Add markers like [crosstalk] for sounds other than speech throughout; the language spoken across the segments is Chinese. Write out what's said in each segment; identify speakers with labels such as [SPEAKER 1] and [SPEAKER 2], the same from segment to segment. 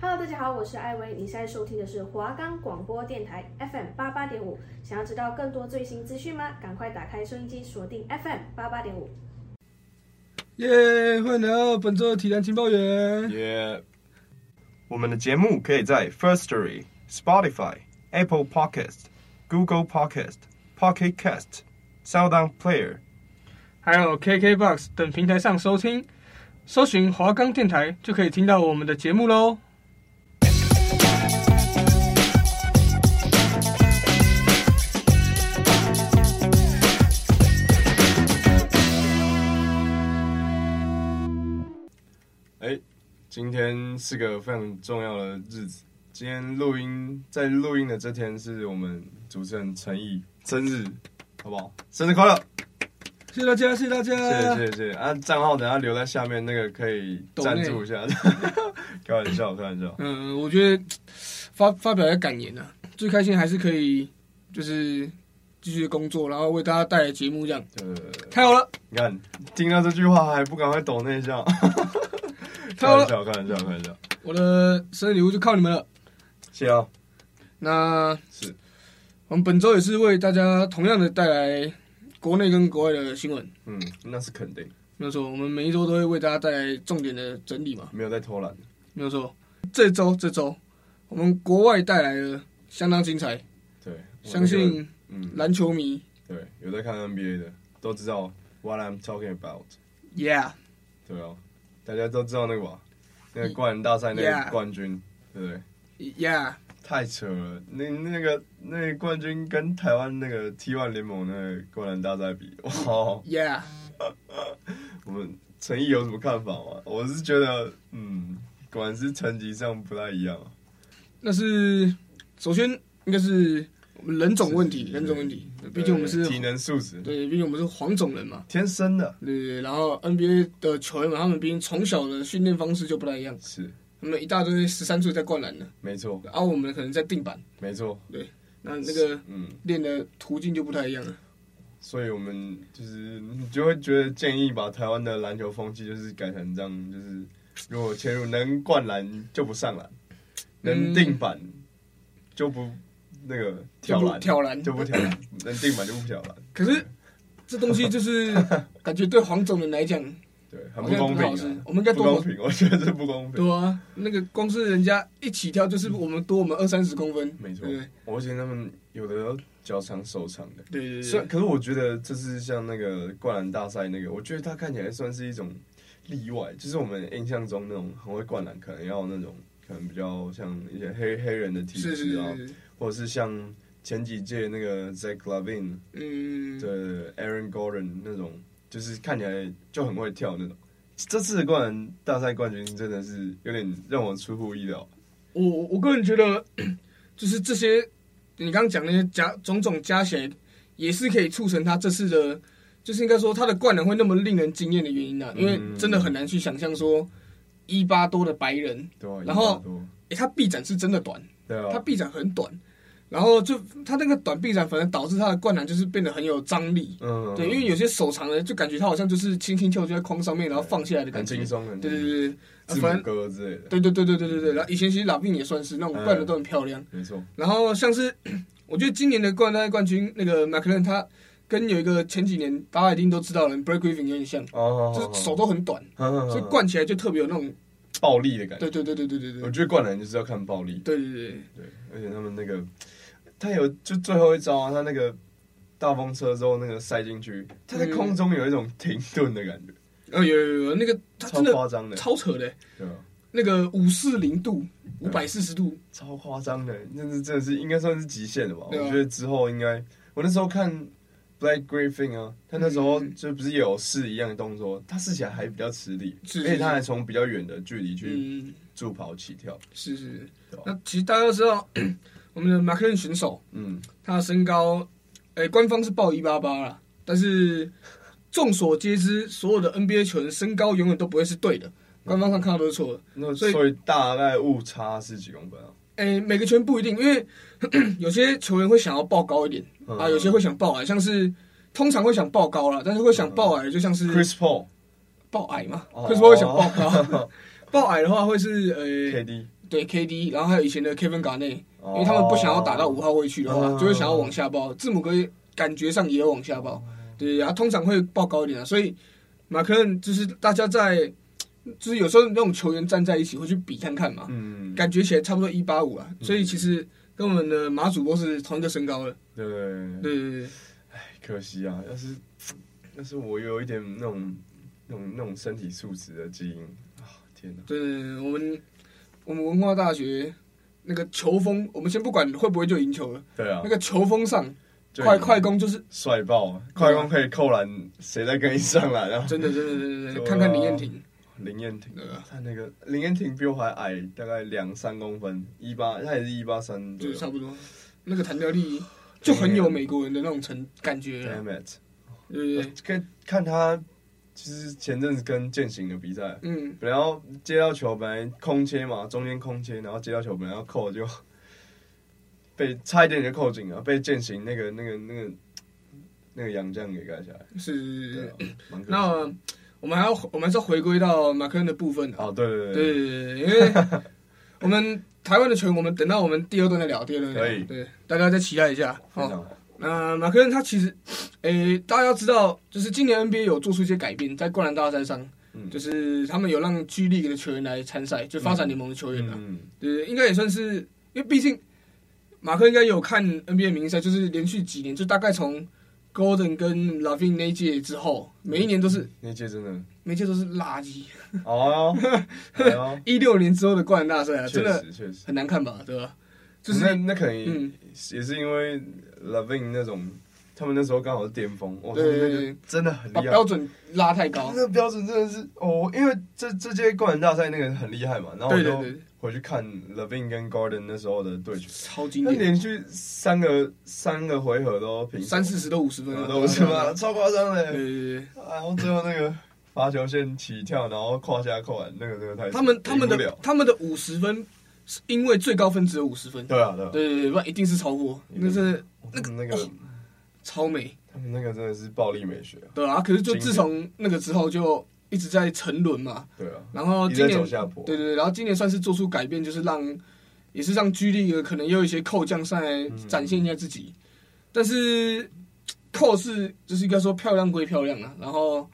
[SPEAKER 1] Hello，大家好，我是艾薇，你现在收听的是华冈广播电台 FM 八八点五。想要知道更多最新资讯吗？赶快打开收音机，锁定 FM 八八点五。
[SPEAKER 2] 耶欢迎来到本周的体坛情报员。
[SPEAKER 3] 耶！我们的节目可以在 First Story、Spotify、Apple Podcast、Google Podcast、Pocket Cast、Sound On Player。
[SPEAKER 2] 还有 KKBOX 等平台上收听，搜寻华冈电台就可以听到我们的节目喽。
[SPEAKER 3] 哎，今天是个非常重要的日子。今天录音，在录音的这天是我们主持人陈毅生日，好不好？生日快乐！
[SPEAKER 2] 谢谢大家，谢谢大家。
[SPEAKER 3] 谢谢谢谢啊！账号等下留在下面，那个可以赞助一 [laughs] 下。开玩笑，开玩笑。
[SPEAKER 2] 嗯、我觉得发发表一下感言啊，最开心还是可以就是继续工作，然后为大家带来节目这样，
[SPEAKER 3] 呃，
[SPEAKER 2] 太好了，
[SPEAKER 3] 你看，听到这句话还不赶快抖那一下？
[SPEAKER 2] 太
[SPEAKER 3] 开
[SPEAKER 2] 好
[SPEAKER 3] 玩
[SPEAKER 2] 了，
[SPEAKER 3] 笑，开玩笑，开玩笑。
[SPEAKER 2] 我的生日礼物就靠你们了。
[SPEAKER 3] 谢啊，
[SPEAKER 2] 那
[SPEAKER 3] 是
[SPEAKER 2] 我们本周也是为大家同样的带来国内跟国外的新闻，
[SPEAKER 3] 嗯，那是肯定，
[SPEAKER 2] 没有错，我们每一周都会为大家带来重点的整理嘛。
[SPEAKER 3] 没有在偷懒。
[SPEAKER 2] 没有错。这周这周，我们国外带来了相当精彩，
[SPEAKER 3] 对，我
[SPEAKER 2] 相
[SPEAKER 3] 有
[SPEAKER 2] 信
[SPEAKER 3] 嗯，
[SPEAKER 2] 篮球迷
[SPEAKER 3] 对，有在看 NBA 的都知道 what I'm talking about。
[SPEAKER 2] ，Yeah，
[SPEAKER 3] 对啊，大家都知道那个吧？那个灌篮大赛那个
[SPEAKER 2] Yeah
[SPEAKER 3] 冠军，对不对？
[SPEAKER 2] Yeah，
[SPEAKER 3] 太扯了，那那个那个冠军跟台湾那个 T1 联盟那个灌篮大赛比， [laughs] 哇！
[SPEAKER 2] Yeah，
[SPEAKER 3] 我们陈毅有什么看法吗？我是觉得，嗯，果然是层级上不太一样啊。
[SPEAKER 2] 那是首先应该是我们人种问题，
[SPEAKER 3] 是
[SPEAKER 2] 人种问题，毕竟我们是
[SPEAKER 3] 对体能素质，
[SPEAKER 2] 对，毕竟我们是黄种人嘛，
[SPEAKER 3] 天生的，
[SPEAKER 2] 对对对。然后 NBA 的球员们，他们毕竟从小的训练方式就不太一样，
[SPEAKER 3] 是
[SPEAKER 2] 他们一大堆十三岁在灌篮的，
[SPEAKER 3] 没错，
[SPEAKER 2] 而、啊、我们可能在定板，
[SPEAKER 3] 没错，
[SPEAKER 2] 那那个
[SPEAKER 3] 嗯，
[SPEAKER 2] 练的途径就不太一样了。
[SPEAKER 3] 所以我们就是你就会觉得建议把台湾的篮球风气就是改成这样，就是如果切入能灌篮就不上篮，
[SPEAKER 2] 嗯
[SPEAKER 3] 能定板就不那个
[SPEAKER 2] 就
[SPEAKER 3] 跳
[SPEAKER 2] 不
[SPEAKER 3] 篮，
[SPEAKER 2] 跳篮
[SPEAKER 3] 就不跳篮，能定板就不跳篮，
[SPEAKER 2] 可是这东西就是
[SPEAKER 3] [laughs]
[SPEAKER 2] 感觉对黄种人来讲
[SPEAKER 3] 对，很不
[SPEAKER 2] 好像
[SPEAKER 3] 公
[SPEAKER 2] 不
[SPEAKER 3] 平
[SPEAKER 2] 好
[SPEAKER 3] 啊，
[SPEAKER 2] 我们应该
[SPEAKER 3] 不
[SPEAKER 2] 多
[SPEAKER 3] 公平，我觉得这不公平。
[SPEAKER 2] 对啊，那个光是人家一起跳，就是我们多我们二三十公分，
[SPEAKER 3] 没错
[SPEAKER 2] 对不对，
[SPEAKER 3] 而且他们有的都脚长手长的，
[SPEAKER 2] 对对
[SPEAKER 3] 虽
[SPEAKER 2] 对
[SPEAKER 3] 然可是我觉得这是像那个灌篮大赛那个，我觉得他看起来算是一种例外，就是我们印象中那种很会灌篮，可能要那种可能比较像一些黑黑人的体
[SPEAKER 2] 是是
[SPEAKER 3] 质啊，
[SPEAKER 2] 是，是
[SPEAKER 3] 或者是像前几届那个 Zach Lavine
[SPEAKER 2] 嗯，
[SPEAKER 3] 的 Aaron Gordon 那种，就是看起来就很会跳那种。这次的灌篮大赛冠军真的是有点让我出乎意料，
[SPEAKER 2] 我我我个人觉得， [clears throat] 就是这些你刚刚讲那些加种种加起来，也是可以促成他这次的，就是应该说他的灌篮会那么令人惊艳的原因啊，因为
[SPEAKER 3] 嗯
[SPEAKER 2] 真的很难去想象说一八多的白人，
[SPEAKER 3] 对啊？
[SPEAKER 2] 然后
[SPEAKER 3] 一百多
[SPEAKER 2] 诶，他臂展是真的短，
[SPEAKER 3] 对
[SPEAKER 2] 他
[SPEAKER 3] 啊，
[SPEAKER 2] 臂展很短，然后就他那个短臂展，反而导致他的灌篮就是变得很有张力，
[SPEAKER 3] 嗯，
[SPEAKER 2] 对，因为有些手长的就感觉他好像就是轻轻跳就在框上面，然后放下来的感
[SPEAKER 3] 很
[SPEAKER 2] 觉。
[SPEAKER 3] 轻松，嗯很
[SPEAKER 2] 对对
[SPEAKER 3] 轻松
[SPEAKER 2] 对对，啊
[SPEAKER 3] 字
[SPEAKER 2] 反正
[SPEAKER 3] 母哥之类的，
[SPEAKER 2] 对对对对对对对。然后以前其实老病也算是那种
[SPEAKER 3] 嗯
[SPEAKER 2] 灌的都很漂亮。
[SPEAKER 3] 没错，
[SPEAKER 2] 然后像是 [coughs] 我觉得今年的冠赛冠军那个麦克伦，他跟有一个前几年大家一定都知道的 Break Griffin 有点像，
[SPEAKER 3] 哦，嗯
[SPEAKER 2] 就是手都很短，所
[SPEAKER 3] 所
[SPEAKER 2] 以灌起来就特别有那种。
[SPEAKER 3] 暴力的感觉。
[SPEAKER 2] 对对对对对对对
[SPEAKER 3] 我觉得灌篮就是要看暴力，
[SPEAKER 2] 对对对。
[SPEAKER 3] 对，而且他们那个他有就最后一招啊，他那个大风车之后那个塞进去，他在空中有一种停顿的感觉，
[SPEAKER 2] 呃，有有有那个他
[SPEAKER 3] 超
[SPEAKER 2] 真的
[SPEAKER 3] 夸张的，
[SPEAKER 2] 超扯的，
[SPEAKER 3] 对啊，
[SPEAKER 2] 那个五四零度、
[SPEAKER 3] 嗯
[SPEAKER 2] 五百四十度，
[SPEAKER 3] 超夸张的，那是真的是应该算是极限了吧？我
[SPEAKER 2] 对啊
[SPEAKER 3] 觉得之后应该，我那时候看 Black Griffin 啊，他那时候
[SPEAKER 2] 嗯
[SPEAKER 3] 就不是也有试一样的动作，他试起来还比较吃力，
[SPEAKER 2] 是
[SPEAKER 3] 而且他还从比较远的距离去
[SPEAKER 2] 嗯，
[SPEAKER 3] 助跑起跳，
[SPEAKER 2] 是是是
[SPEAKER 3] 对啊。
[SPEAKER 2] 那其实大家都知道， [clears throat] 我们的马克伦选手
[SPEAKER 3] 嗯，
[SPEAKER 2] 他的身高，诶、官方是报一八八啦，但是众所皆知，所有的 NBA 球员身高永远都不会是对的，官方上看到都是错的。
[SPEAKER 3] 那
[SPEAKER 2] 所
[SPEAKER 3] 所
[SPEAKER 2] 以
[SPEAKER 3] 以大概误差是几公分啊？
[SPEAKER 2] 诶、每个球员不一定，因为 [clears throat] 有些球员会想要报高一点
[SPEAKER 3] 嗯
[SPEAKER 2] 啊，有些会想报矮，像是通常会想报高啦，但是会想报矮，就像是
[SPEAKER 3] 嗯 Chris Paul
[SPEAKER 2] 报矮嘛，
[SPEAKER 3] 哦 [laughs]
[SPEAKER 2] 可是会想报高，报矮的话会是呃、
[SPEAKER 3] KD
[SPEAKER 2] 对 KD，然后还有以前的 Kevin Garnett，因为他们不想要打到五号位去的话，
[SPEAKER 3] 哦
[SPEAKER 2] 就会想要往下报。字母哥感觉上也有往下报，对，他通常会报高一点啊。所以马克恩就是大家在，就是有时候那种球员站在一起会去比看看嘛，
[SPEAKER 3] 嗯，
[SPEAKER 2] 感觉起来差不多一八五啊，所以其实跟我们的马主播是同一个身高的。
[SPEAKER 3] 对对对，
[SPEAKER 2] 对对对，
[SPEAKER 3] 可惜啊，要是要是我有一点那种那种那种身体素质的基因啊，天哪！
[SPEAKER 2] 对对对，我们我们文化大学那个球风，我们先不管会不会就赢球了，
[SPEAKER 3] 对啊
[SPEAKER 2] 那，个球风上
[SPEAKER 3] 就
[SPEAKER 2] 快快攻就是
[SPEAKER 3] 帅爆啊，快攻可以扣篮，谁在跟你上篮啊？
[SPEAKER 2] 真的真的真的真
[SPEAKER 3] [laughs] 对
[SPEAKER 2] 的，
[SPEAKER 3] 啊
[SPEAKER 2] 看看李彦廷，
[SPEAKER 3] 林彦廷
[SPEAKER 2] 对啊，
[SPEAKER 3] 他那个林彦廷比我还矮大概两三公分，一八他也是一八三
[SPEAKER 2] 就是
[SPEAKER 3] 左右
[SPEAKER 2] 差。不多，那个弹跳力就很有美国人的那种成感觉了，
[SPEAKER 3] Damn it！
[SPEAKER 2] 对不对？
[SPEAKER 3] 看看他，其实前阵子跟践行的比赛，啊
[SPEAKER 2] 嗯，
[SPEAKER 3] 本来要接到球，本来空切嘛，中间空切，然后接到球，本来要扣就被差一点就扣进了，被践行那个那个那个那个洋将给盖下来。
[SPEAKER 2] 是是
[SPEAKER 3] 对
[SPEAKER 2] 是
[SPEAKER 3] 啊。，蛮可惜
[SPEAKER 2] 那我们还要我们还是要回归到马克恩的部分啊，
[SPEAKER 3] 哦，对
[SPEAKER 2] 对
[SPEAKER 3] 对对，
[SPEAKER 2] 对对，因
[SPEAKER 3] [laughs]
[SPEAKER 2] 为我们台湾的球员，我们等到我们第二段再聊，第二段再
[SPEAKER 3] 可以
[SPEAKER 2] 聊，对，大家再期待一下。
[SPEAKER 3] 非
[SPEAKER 2] 好，
[SPEAKER 3] 常好，
[SPEAKER 2] 那马克恩他其实，诶、大家要知道，就是今年 NBA 有做出一些改变，在灌篮大赛上，
[SPEAKER 3] 嗯
[SPEAKER 2] 就是他们有让 G League 的球员来参赛，就发展联盟的球员啊，
[SPEAKER 3] 嗯，
[SPEAKER 2] 对，应该也算是，因为毕竟马克应该有看 NBA 明星赛，就是连续几年，就大概从 Golden 跟 Lavin 那一届之后，每一年都是
[SPEAKER 3] 那届真的，
[SPEAKER 2] 每一届都是垃圾。
[SPEAKER 3] 哦，哎呦
[SPEAKER 2] 一六年之后的灌篮大赛啊，真
[SPEAKER 3] 确
[SPEAKER 2] 的
[SPEAKER 3] 实确实。
[SPEAKER 2] 很难看吧，对吧？就是
[SPEAKER 3] 那那可能也,、
[SPEAKER 2] 嗯
[SPEAKER 3] 也是因为 Lavin 那种，他们那时候刚好是巅峰，哇，他
[SPEAKER 2] 对
[SPEAKER 3] 们那
[SPEAKER 2] 对
[SPEAKER 3] 个
[SPEAKER 2] 对
[SPEAKER 3] 真的很
[SPEAKER 2] 把
[SPEAKER 3] 厉害
[SPEAKER 2] 标。准拉太
[SPEAKER 3] 他
[SPEAKER 2] 高
[SPEAKER 3] 们。那个标准真的是哦，因为这这届灌篮大赛那个很厉害嘛，然后我
[SPEAKER 2] 对对
[SPEAKER 3] 就
[SPEAKER 2] 对
[SPEAKER 3] 回去看 Levin 跟 Garden 那时候的对决，
[SPEAKER 2] 超经
[SPEAKER 3] 他
[SPEAKER 2] 典，
[SPEAKER 3] 连续三个三个回合都平手
[SPEAKER 2] 三四十都五十分
[SPEAKER 3] 啊
[SPEAKER 2] 了，
[SPEAKER 3] 哎都是
[SPEAKER 2] 对
[SPEAKER 3] 吧，超夸张
[SPEAKER 2] 对
[SPEAKER 3] 的。
[SPEAKER 2] 对对，
[SPEAKER 3] 然后最后那个罚球线起跳，然后胯下扣篮，那个那个太
[SPEAKER 2] 他们他们
[SPEAKER 3] 赢不
[SPEAKER 2] 的
[SPEAKER 3] 了
[SPEAKER 2] 他们的五十分是因为最高分只有五十分，对
[SPEAKER 3] 对啊对啊，
[SPEAKER 2] 对对，不然一定是超过，那哦是
[SPEAKER 3] 那个那个
[SPEAKER 2] 超美，
[SPEAKER 3] 他们那个真的是暴力美学，
[SPEAKER 2] 对啊。可是就
[SPEAKER 3] 经典
[SPEAKER 2] 自从那个之后就一直在沉沦嘛，
[SPEAKER 3] 对啊，
[SPEAKER 2] 然后
[SPEAKER 3] 一
[SPEAKER 2] 哦今
[SPEAKER 3] 直在
[SPEAKER 2] 年
[SPEAKER 3] 走下坡，
[SPEAKER 2] 对对对，然后今年算是做出改变，就是让也是让居利可能也有一些扣将上来
[SPEAKER 3] 嗯
[SPEAKER 2] 展现一下自己，但是扣是就是应该说漂亮归漂亮啊，然后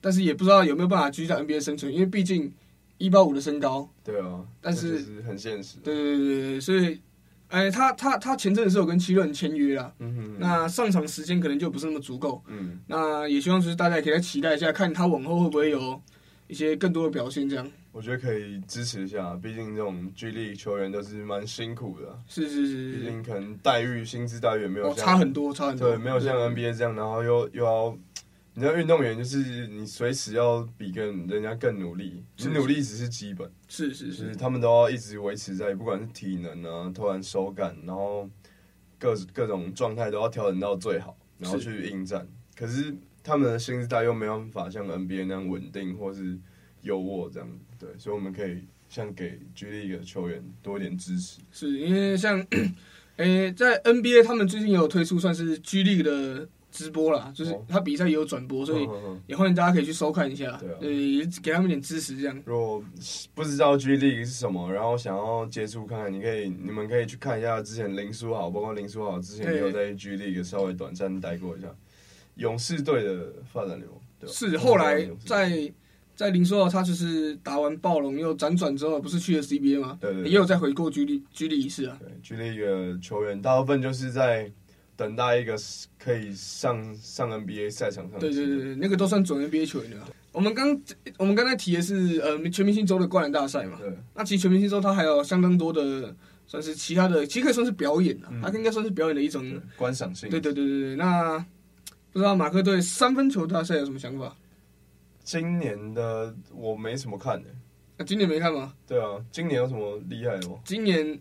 [SPEAKER 2] 但是也不知道有没有办法继续在 NBA 生存，因为毕竟一八五的身高，
[SPEAKER 3] 对啊，
[SPEAKER 2] 但
[SPEAKER 3] 这
[SPEAKER 2] 是
[SPEAKER 3] 就是很现实。
[SPEAKER 2] 对对对对对，所以哎他他他前阵子是有跟七六人签约啦，
[SPEAKER 3] 嗯哼，
[SPEAKER 2] 那上场时间可能就不是那么足够，
[SPEAKER 3] 嗯，
[SPEAKER 2] 那也希望就是大家也可以再期待一下，看他往后会不会有一些更多的表现，这样
[SPEAKER 3] 我觉得可以支持一下，毕竟这种 G l 球员都是蛮辛苦的，
[SPEAKER 2] 是是是
[SPEAKER 3] 毕
[SPEAKER 2] 是。
[SPEAKER 3] 竟可能待遇、薪资待遇也没有
[SPEAKER 2] 哦，
[SPEAKER 3] 像、
[SPEAKER 2] 差很多，差很多。
[SPEAKER 3] 对，没有像 NBA 这样，然后又又要。你知道运动员就是你随时要比跟人家更努力，你
[SPEAKER 2] 是
[SPEAKER 3] 努力只是基本，
[SPEAKER 2] 是是
[SPEAKER 3] 就是
[SPEAKER 2] 是，
[SPEAKER 3] 他们都要一直维持在，不管是体能啊、投篮手感，然后各各种状态都要调整到最好，然后
[SPEAKER 2] 是
[SPEAKER 3] 去应战。可是他们的薪资带又没有办法像 NBA 那样稳定或是优渥这样子，对，所以我们可以像给 G League 的球员多一点支持。
[SPEAKER 2] 是因为像，诶、在 NBA 他们最近也有推出算是 G League 的直播啦，就是
[SPEAKER 3] 哦
[SPEAKER 2] 他比赛也有转播，所以
[SPEAKER 3] 嗯嗯嗯
[SPEAKER 2] 也欢迎大家可以去收看一下，
[SPEAKER 3] 对啊
[SPEAKER 2] 呃，也给他们点支持这样。
[SPEAKER 3] 如果不知道 G League 是什么，然后想要接触看看，你可以你们可以去看一下之前林书豪，包括林书豪之前
[SPEAKER 2] 对
[SPEAKER 3] 也有在 G League 稍微短暂待过一下，勇士队的发展流对吧啊
[SPEAKER 2] 是后来
[SPEAKER 3] 勇士队
[SPEAKER 2] 在在林书豪他就是打完暴龙又辗转之后，不是去了 CBA 吗？
[SPEAKER 3] 对对对
[SPEAKER 2] 也有再回过 G League G League 一次啊。
[SPEAKER 3] 对 G League 的球员大部分就是在等待一个可以上上 NBA 赛场上的
[SPEAKER 2] 对
[SPEAKER 3] 机
[SPEAKER 2] 对
[SPEAKER 3] 会，
[SPEAKER 2] 对对，那个都算准 NBA 球员了啊。我们刚我们刚才提的是呃全明星周的灌篮大赛嘛，
[SPEAKER 3] 对
[SPEAKER 2] 那其实全明星周它还有相当多的，算是其他的，其实可以算是表演啊，它应该算是表演的一种。
[SPEAKER 3] 嗯对观赏性。
[SPEAKER 2] 对对对对对。那不知道马克对三分球大赛有什么想法？
[SPEAKER 3] 今年的我没什么看的、
[SPEAKER 2] 那、啊今年没看吗？
[SPEAKER 3] 对啊，今年有什么厉害的吗？
[SPEAKER 2] 今年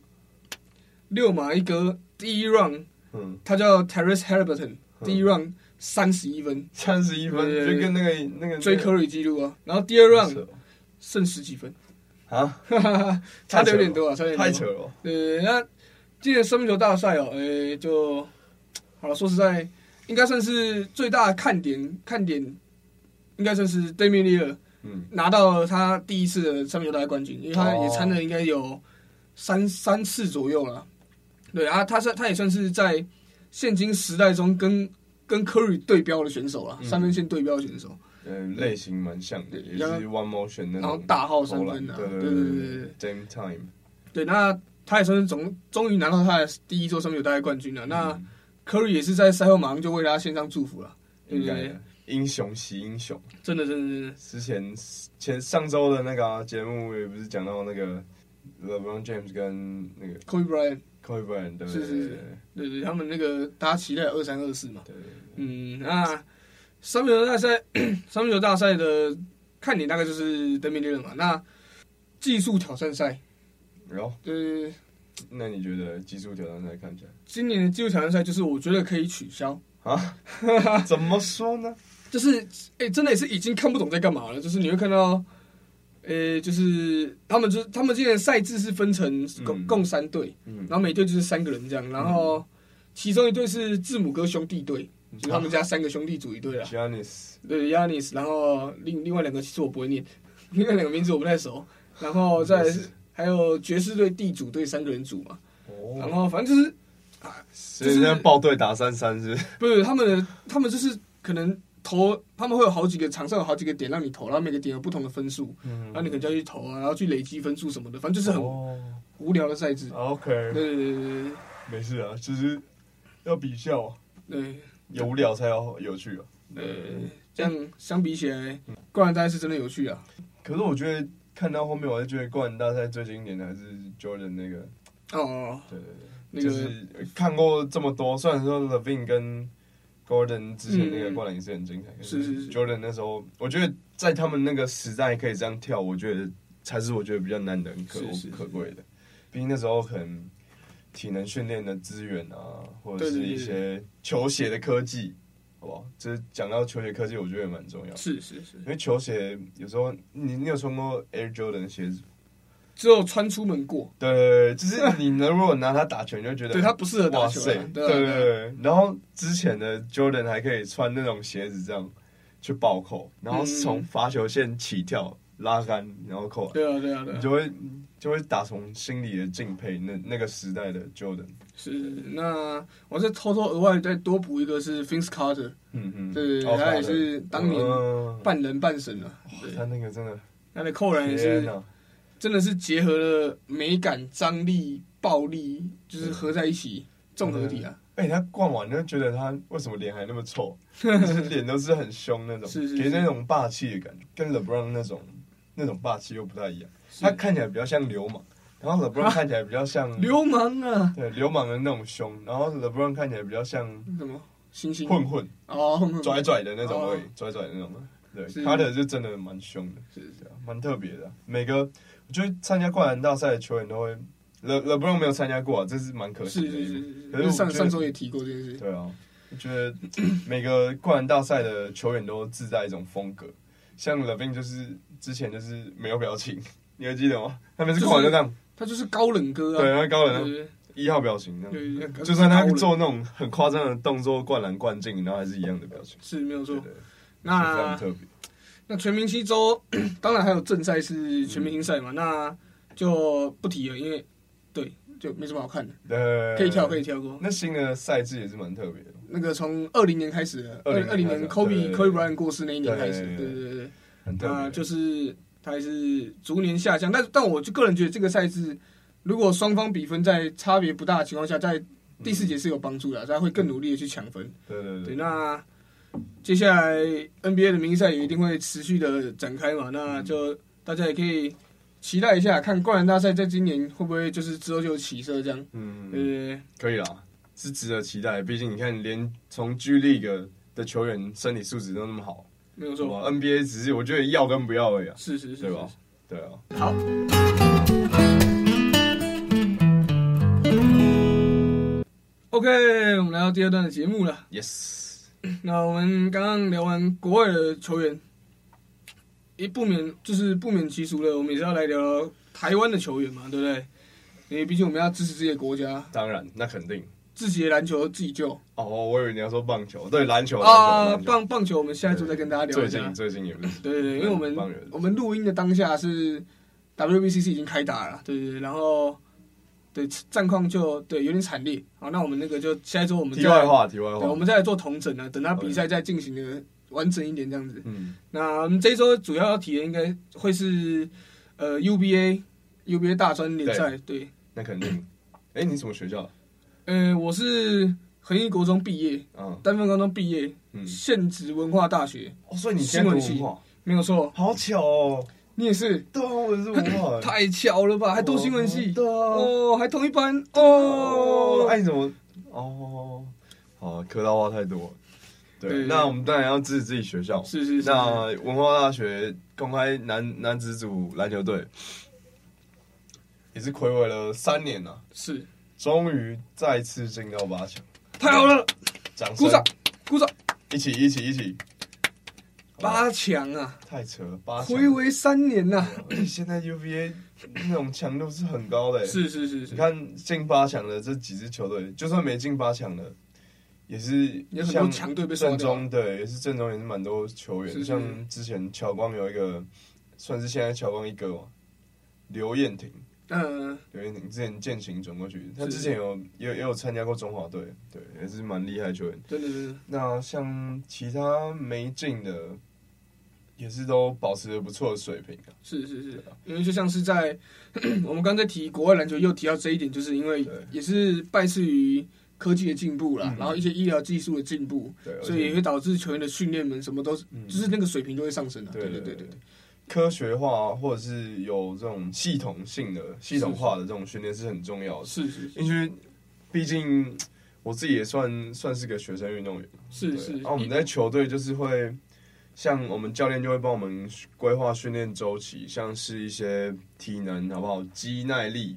[SPEAKER 2] 六马一哥第一 round，
[SPEAKER 3] 嗯，
[SPEAKER 2] 他叫 Terrence Halliburton，第一 round 三十一分，
[SPEAKER 3] 三十一分
[SPEAKER 2] 对对对
[SPEAKER 3] 就跟那个那个
[SPEAKER 2] 追
[SPEAKER 3] 科
[SPEAKER 2] Curry 记录啊。然后第二 round
[SPEAKER 3] 了
[SPEAKER 2] 剩十几分， [laughs]
[SPEAKER 3] 啊，
[SPEAKER 2] 哈哈哈，差的有点多啊，差的有
[SPEAKER 3] 太
[SPEAKER 2] 点
[SPEAKER 3] 扯
[SPEAKER 2] 多。
[SPEAKER 3] 了吧。
[SPEAKER 2] 对，呃那今年三分球大赛哦，诶、就好了。说实在，应该算是最大的看点，看点应该算是 d a m i l l e r
[SPEAKER 3] 嗯，哦
[SPEAKER 2] 拿到了他第一次的三分球大赛冠军，因为他也参了应该有三三次左右了。对啊，他算他也算是在现今时代中跟跟科瑞对标的选手了，三分线对标的选手。
[SPEAKER 3] 嗯，类型蛮像的，
[SPEAKER 2] 对
[SPEAKER 3] 也是
[SPEAKER 2] 嗯然后
[SPEAKER 3] one motion 那种投篮，
[SPEAKER 2] 然后大号三分啊
[SPEAKER 3] 嗯对
[SPEAKER 2] 对
[SPEAKER 3] 对
[SPEAKER 2] 对对对
[SPEAKER 3] 对，game time，
[SPEAKER 2] 对，那他也算是总终于拿到他的第一座三分球大赛冠军了。那
[SPEAKER 3] 嗯
[SPEAKER 2] 科瑞也是在赛后马上就为他献上祝福了。对
[SPEAKER 3] 应
[SPEAKER 2] 不
[SPEAKER 3] 该
[SPEAKER 2] 对
[SPEAKER 3] 的英雄惜英雄。
[SPEAKER 2] 真的，真的，真的，
[SPEAKER 3] 之前前上周的那个啊节、目也不是讲到那个 LeBron James 跟那个
[SPEAKER 2] Kobe Bryant，
[SPEAKER 3] Kobe Bryant 对不对？
[SPEAKER 2] 是是是对对，他们那个大家期待二三二四嘛。
[SPEAKER 3] 对对对
[SPEAKER 2] 嗯，那三分球大赛， [coughs] 三分球大赛的看点大概就是登 e 利 l 嘛。那技术挑战赛，
[SPEAKER 3] 然后，
[SPEAKER 2] 呃，
[SPEAKER 3] 那你觉得技术挑战赛看起来
[SPEAKER 2] 今年的技术挑战赛就是我觉得可以取消， [laughs]
[SPEAKER 3] 啊 [laughs] 怎么说呢？
[SPEAKER 2] 就是哎、真的也是已经看不懂在干嘛了。就是你会看到，呃、就是他们就是他们今年赛制是分成共、
[SPEAKER 3] 嗯
[SPEAKER 2] 共三队，
[SPEAKER 3] 嗯
[SPEAKER 2] 然，后每队就是三个人这样，然后其中一队是字母哥兄弟队，就是他们家三个兄弟组一
[SPEAKER 3] 啊
[SPEAKER 2] 队啦。
[SPEAKER 3] Giannis
[SPEAKER 2] 对，Yanis，然后另另外两个其实我不会念， [laughs] 另外两个名字我不太熟，然
[SPEAKER 3] 嗯
[SPEAKER 2] 后再来是还有爵士队、地主队三个人组嘛，然
[SPEAKER 3] 哦，
[SPEAKER 2] 后反正就是
[SPEAKER 3] 所以现在报队打三三是不是？
[SPEAKER 2] 不是他们的，他们就是可能投，他们会有好几个场上有好几个点让你投，然后每个点有不同的分数，然后你可能就要去投啊，然后去累积分数什么的，反正嗯就是很
[SPEAKER 3] 哦
[SPEAKER 2] 无聊的赛制。对
[SPEAKER 3] ，OK，
[SPEAKER 2] 对对对对
[SPEAKER 3] 没事啊，就是要比较，
[SPEAKER 2] 对，
[SPEAKER 3] 有无聊才要有趣啊。
[SPEAKER 2] 对呃，这样相比起来，
[SPEAKER 3] 嗯
[SPEAKER 2] 灌篮大赛是真的有趣啊。
[SPEAKER 3] 可是我觉得看到后面，我还是觉得灌篮大赛最经典的还是 Jordan 那个，
[SPEAKER 2] 哦哦，
[SPEAKER 3] 对对对。
[SPEAKER 2] 那
[SPEAKER 3] 就
[SPEAKER 2] 个
[SPEAKER 3] 是看过这么多，虽然说 Levine 跟 Gordon 之前那个灌篮也是很精彩，可
[SPEAKER 2] 嗯是是是
[SPEAKER 3] Jordan 那时候，我觉得在他们那个时代可以这样跳，我觉得才是我觉得比较难能可
[SPEAKER 2] 是是
[SPEAKER 3] 可贵的。毕竟那时候可能体能训练的资源啊，或者
[SPEAKER 2] 对对
[SPEAKER 3] 是
[SPEAKER 2] 对
[SPEAKER 3] 一些球鞋的科技，好不好？就是讲到球鞋科技，我觉得也蛮重要。
[SPEAKER 2] 是是是，
[SPEAKER 3] 因为球鞋有时候，你你有穿过 Air Jordan 的鞋子？
[SPEAKER 2] 只有穿出门过。
[SPEAKER 3] 对对，对就是你能如果拿它打球，你就觉得
[SPEAKER 2] 对他不适合打球啊，
[SPEAKER 3] 哇塞
[SPEAKER 2] 对啊啊
[SPEAKER 3] 对对
[SPEAKER 2] 对啊
[SPEAKER 3] 对。然后之前的 Jordan 还可以穿那种鞋子这样去暴扣，然后从罚球线起跳拉杆，然后扣篮，
[SPEAKER 2] 对啊对啊对
[SPEAKER 3] 你
[SPEAKER 2] 啊，
[SPEAKER 3] 就会就会打从心里的敬佩那那个时代的 Jordan。
[SPEAKER 2] 是那我再偷偷额外再多补一个是 Vince Carter，
[SPEAKER 3] 嗯嗯，
[SPEAKER 2] 对
[SPEAKER 3] 哦
[SPEAKER 2] 他也是当年
[SPEAKER 3] 嗯
[SPEAKER 2] 半人半神啊，对
[SPEAKER 3] 他那个真的，
[SPEAKER 2] 他的扣篮也
[SPEAKER 3] 天
[SPEAKER 2] 是
[SPEAKER 3] 哪！
[SPEAKER 2] 真的是结合了美感、张力、暴力，
[SPEAKER 3] 嗯
[SPEAKER 2] 就是合在一起综合体啊，
[SPEAKER 3] 哎、他灌完就觉得他为什么脸还那么臭，
[SPEAKER 2] [laughs]
[SPEAKER 3] 就是脸都是很凶那种，
[SPEAKER 2] 是是
[SPEAKER 3] 给
[SPEAKER 2] 是
[SPEAKER 3] 那种霸气的感觉，跟 LeBron 那种那种霸气又不太一样。
[SPEAKER 2] 是
[SPEAKER 3] 他看起来比较像流氓，然后 LeBron 看起来比较像
[SPEAKER 2] 流氓啊，
[SPEAKER 3] 对流氓的那种凶，然后 LeBron 看起来比较像
[SPEAKER 2] 什么星星
[SPEAKER 3] 混混
[SPEAKER 2] 哦，混混
[SPEAKER 3] 拽拽的那种
[SPEAKER 2] 哦
[SPEAKER 3] 而已，拽拽的那种。对
[SPEAKER 2] 是
[SPEAKER 3] ，Carter 就真的蛮凶的，
[SPEAKER 2] 是
[SPEAKER 3] 对啊蛮特别的啊。每个我觉得参加灌篮大赛的球员都会，Le LeBron 没有参加过啊，这是蛮可
[SPEAKER 2] 是
[SPEAKER 3] 惜的
[SPEAKER 2] 是
[SPEAKER 3] 一
[SPEAKER 2] 是
[SPEAKER 3] 幕。
[SPEAKER 2] 是，
[SPEAKER 3] 可是
[SPEAKER 2] 就
[SPEAKER 3] 我
[SPEAKER 2] 是上
[SPEAKER 3] 觉得
[SPEAKER 2] 上周也提过这件事，
[SPEAKER 3] 对啊，我觉得每个灌篮大赛的球员都自带一种风格，像 Levin 就是之前就是没有表情， [laughs] 你还记得吗？他每次灌完就这样，
[SPEAKER 2] 他就是高冷哥
[SPEAKER 3] 对，
[SPEAKER 2] 啊，
[SPEAKER 3] 然后高
[SPEAKER 2] 对
[SPEAKER 3] 冷
[SPEAKER 2] 对
[SPEAKER 3] 一号表情这
[SPEAKER 2] 对
[SPEAKER 3] 样，
[SPEAKER 2] 对，
[SPEAKER 3] 就算他
[SPEAKER 2] 高冷
[SPEAKER 3] 做那种很夸张的动作，灌篮灌进，然后还是一样的表情，
[SPEAKER 2] 是没有错，
[SPEAKER 3] 对对，就非
[SPEAKER 2] 那
[SPEAKER 3] 常特别。
[SPEAKER 2] 那全明星周 [clears throat] 当然还有正赛是全明星赛
[SPEAKER 3] 嗯
[SPEAKER 2] 嘛，那就不提了，因为对就没什么好看的，
[SPEAKER 3] 对，
[SPEAKER 2] 可以跳可以。跳过。
[SPEAKER 3] 那新的赛制也是蛮特别的，
[SPEAKER 2] 那个从二零年开始的，二
[SPEAKER 3] 20
[SPEAKER 2] 二零年
[SPEAKER 3] 年开始啊
[SPEAKER 2] Kobe
[SPEAKER 3] 对
[SPEAKER 2] Kobe Bryant 过世那一年开始，
[SPEAKER 3] 对
[SPEAKER 2] 对对对对，
[SPEAKER 3] 很特
[SPEAKER 2] 那
[SPEAKER 3] 别。
[SPEAKER 2] 就是他还是逐年下降，但但我就个人觉得这个赛制，如果双方比分在差别不大的情况下，在第四节是有帮助的，大家会更努力的去抢分。
[SPEAKER 3] 对对
[SPEAKER 2] 对，
[SPEAKER 3] 对，
[SPEAKER 2] 那接下来 NBA 的明星赛也一定会持续的展开嘛，那就大家也可以期待一下，看灌篮大赛在今年会不会就是之后就有起色这样。
[SPEAKER 3] 嗯，
[SPEAKER 2] 呃，
[SPEAKER 3] 可以啦，是值得期待。毕竟你看，连从 G League 的球员身体素质都那么好，
[SPEAKER 2] 没有
[SPEAKER 3] 什
[SPEAKER 2] 错，
[SPEAKER 3] 么 NBA 只是我觉得要跟不要而已、啊，
[SPEAKER 2] 是是是
[SPEAKER 3] 对
[SPEAKER 2] 是
[SPEAKER 3] 吧？对啊，
[SPEAKER 2] 好，OK，我们来到第二段的节目了。
[SPEAKER 3] ，yes，
[SPEAKER 2] 那我们刚刚聊完国外的球员，也不免就是不免其俗了，我们也是要来聊聊台湾的球员嘛，对不对？因为毕竟我们要支持自己的国家，
[SPEAKER 3] 当然，那肯定。
[SPEAKER 2] 自己的篮球自己救
[SPEAKER 3] 哦，我以为你要说棒球，对，篮球，
[SPEAKER 2] 啊！
[SPEAKER 3] 篮球篮球
[SPEAKER 2] 棒棒球，我们下一周再跟大家聊
[SPEAKER 3] 最
[SPEAKER 2] 一下
[SPEAKER 3] 近。最近也不是，
[SPEAKER 2] 对对对，因为我们
[SPEAKER 3] 棒人
[SPEAKER 2] 我们录音的当下是 WBCC 已经开打了，对对对，然后对战况就对有点惨烈。好，那我们那个就下一周我们
[SPEAKER 3] 题
[SPEAKER 2] 再
[SPEAKER 3] 外话，题外
[SPEAKER 2] 对，
[SPEAKER 3] 话，
[SPEAKER 2] 我们再来做同整啊，等他比赛再进行的完整一点这样子。
[SPEAKER 3] 嗯
[SPEAKER 2] 那我们这一周主要要提的应该会是呃 UBA UBA 大专联赛，对，
[SPEAKER 3] 那肯定。哎，你什么学校啊？
[SPEAKER 2] 呃，我是恒毅国中毕业，
[SPEAKER 3] 嗯
[SPEAKER 2] 丹凤高中毕业，
[SPEAKER 3] 嗯，
[SPEAKER 2] 现职文化大学，
[SPEAKER 3] 哦，所以你现在读文化，
[SPEAKER 2] 没有错，
[SPEAKER 3] 好巧哦。
[SPEAKER 2] 你也是，，
[SPEAKER 3] 对啊，我也是文
[SPEAKER 2] [laughs]
[SPEAKER 3] 化
[SPEAKER 2] 太巧了吧，还读新闻系，
[SPEAKER 3] 对啊。
[SPEAKER 2] 哦，还同一班，哦，
[SPEAKER 3] 哎，你怎么？哦，好，科大话太多了。
[SPEAKER 2] 对
[SPEAKER 3] 对，那我们当然要支持自己学校。
[SPEAKER 2] 是是是，
[SPEAKER 3] 那文化大学公开男男子组篮球队也是暌违了三年了、
[SPEAKER 2] 是，
[SPEAKER 3] 终于再次进到八强，
[SPEAKER 2] 太好了，
[SPEAKER 3] 嗯掌声！
[SPEAKER 2] 鼓掌，鼓掌，
[SPEAKER 3] 一起一起一起！
[SPEAKER 2] 八强啊，
[SPEAKER 3] 太扯了，八强！
[SPEAKER 2] 回违三年呐、
[SPEAKER 3] 而且现在 UVA 那种强度是很高的、，欸
[SPEAKER 2] 是是是是，
[SPEAKER 3] 你看进八强的这几支球队，就算没进八强的，也是
[SPEAKER 2] 有很多
[SPEAKER 3] 像
[SPEAKER 2] 强队被刷
[SPEAKER 3] 正
[SPEAKER 2] 掉
[SPEAKER 3] 中对，也是正中也是蛮多球员，
[SPEAKER 2] 是是
[SPEAKER 3] 像之前乔光有一个，算是现在乔光一哥嘛，刘彦廷。
[SPEAKER 2] 嗯、
[SPEAKER 3] 刘彦廷之前践行转过去，他
[SPEAKER 2] 是
[SPEAKER 3] 之前有也有也有参加过中华队，对，也是蛮厉害的球员。
[SPEAKER 2] 真的真的，
[SPEAKER 3] 那像其他没进的，也是都保持着不错的水平啊。
[SPEAKER 2] 是是是
[SPEAKER 3] 对，
[SPEAKER 2] 因为就像是在 [clears throat] 我们刚才提国外篮球又提到这一点，就是因为
[SPEAKER 3] 对
[SPEAKER 2] 也是拜赐于科技的进步啦，
[SPEAKER 3] 嗯
[SPEAKER 2] 然后一些医疗技术的进步，
[SPEAKER 3] 对，
[SPEAKER 2] 所以也会导致球员的训练们什么都是，
[SPEAKER 3] 嗯
[SPEAKER 2] 就是那个水平都会上升的、
[SPEAKER 3] 啊对
[SPEAKER 2] 对
[SPEAKER 3] 对
[SPEAKER 2] 对
[SPEAKER 3] 对
[SPEAKER 2] 对
[SPEAKER 3] 对，科学化或者是有这种系统性的、系统化的这种训练是很重要的，
[SPEAKER 2] 是是
[SPEAKER 3] 哦因为毕竟我自己也算算是个学生运动员。
[SPEAKER 2] 是
[SPEAKER 3] 对
[SPEAKER 2] 是，
[SPEAKER 3] 然后我们在球队就是会，像我们教练就会帮我们规划训练周期，像是一些体能好不好、肌耐力、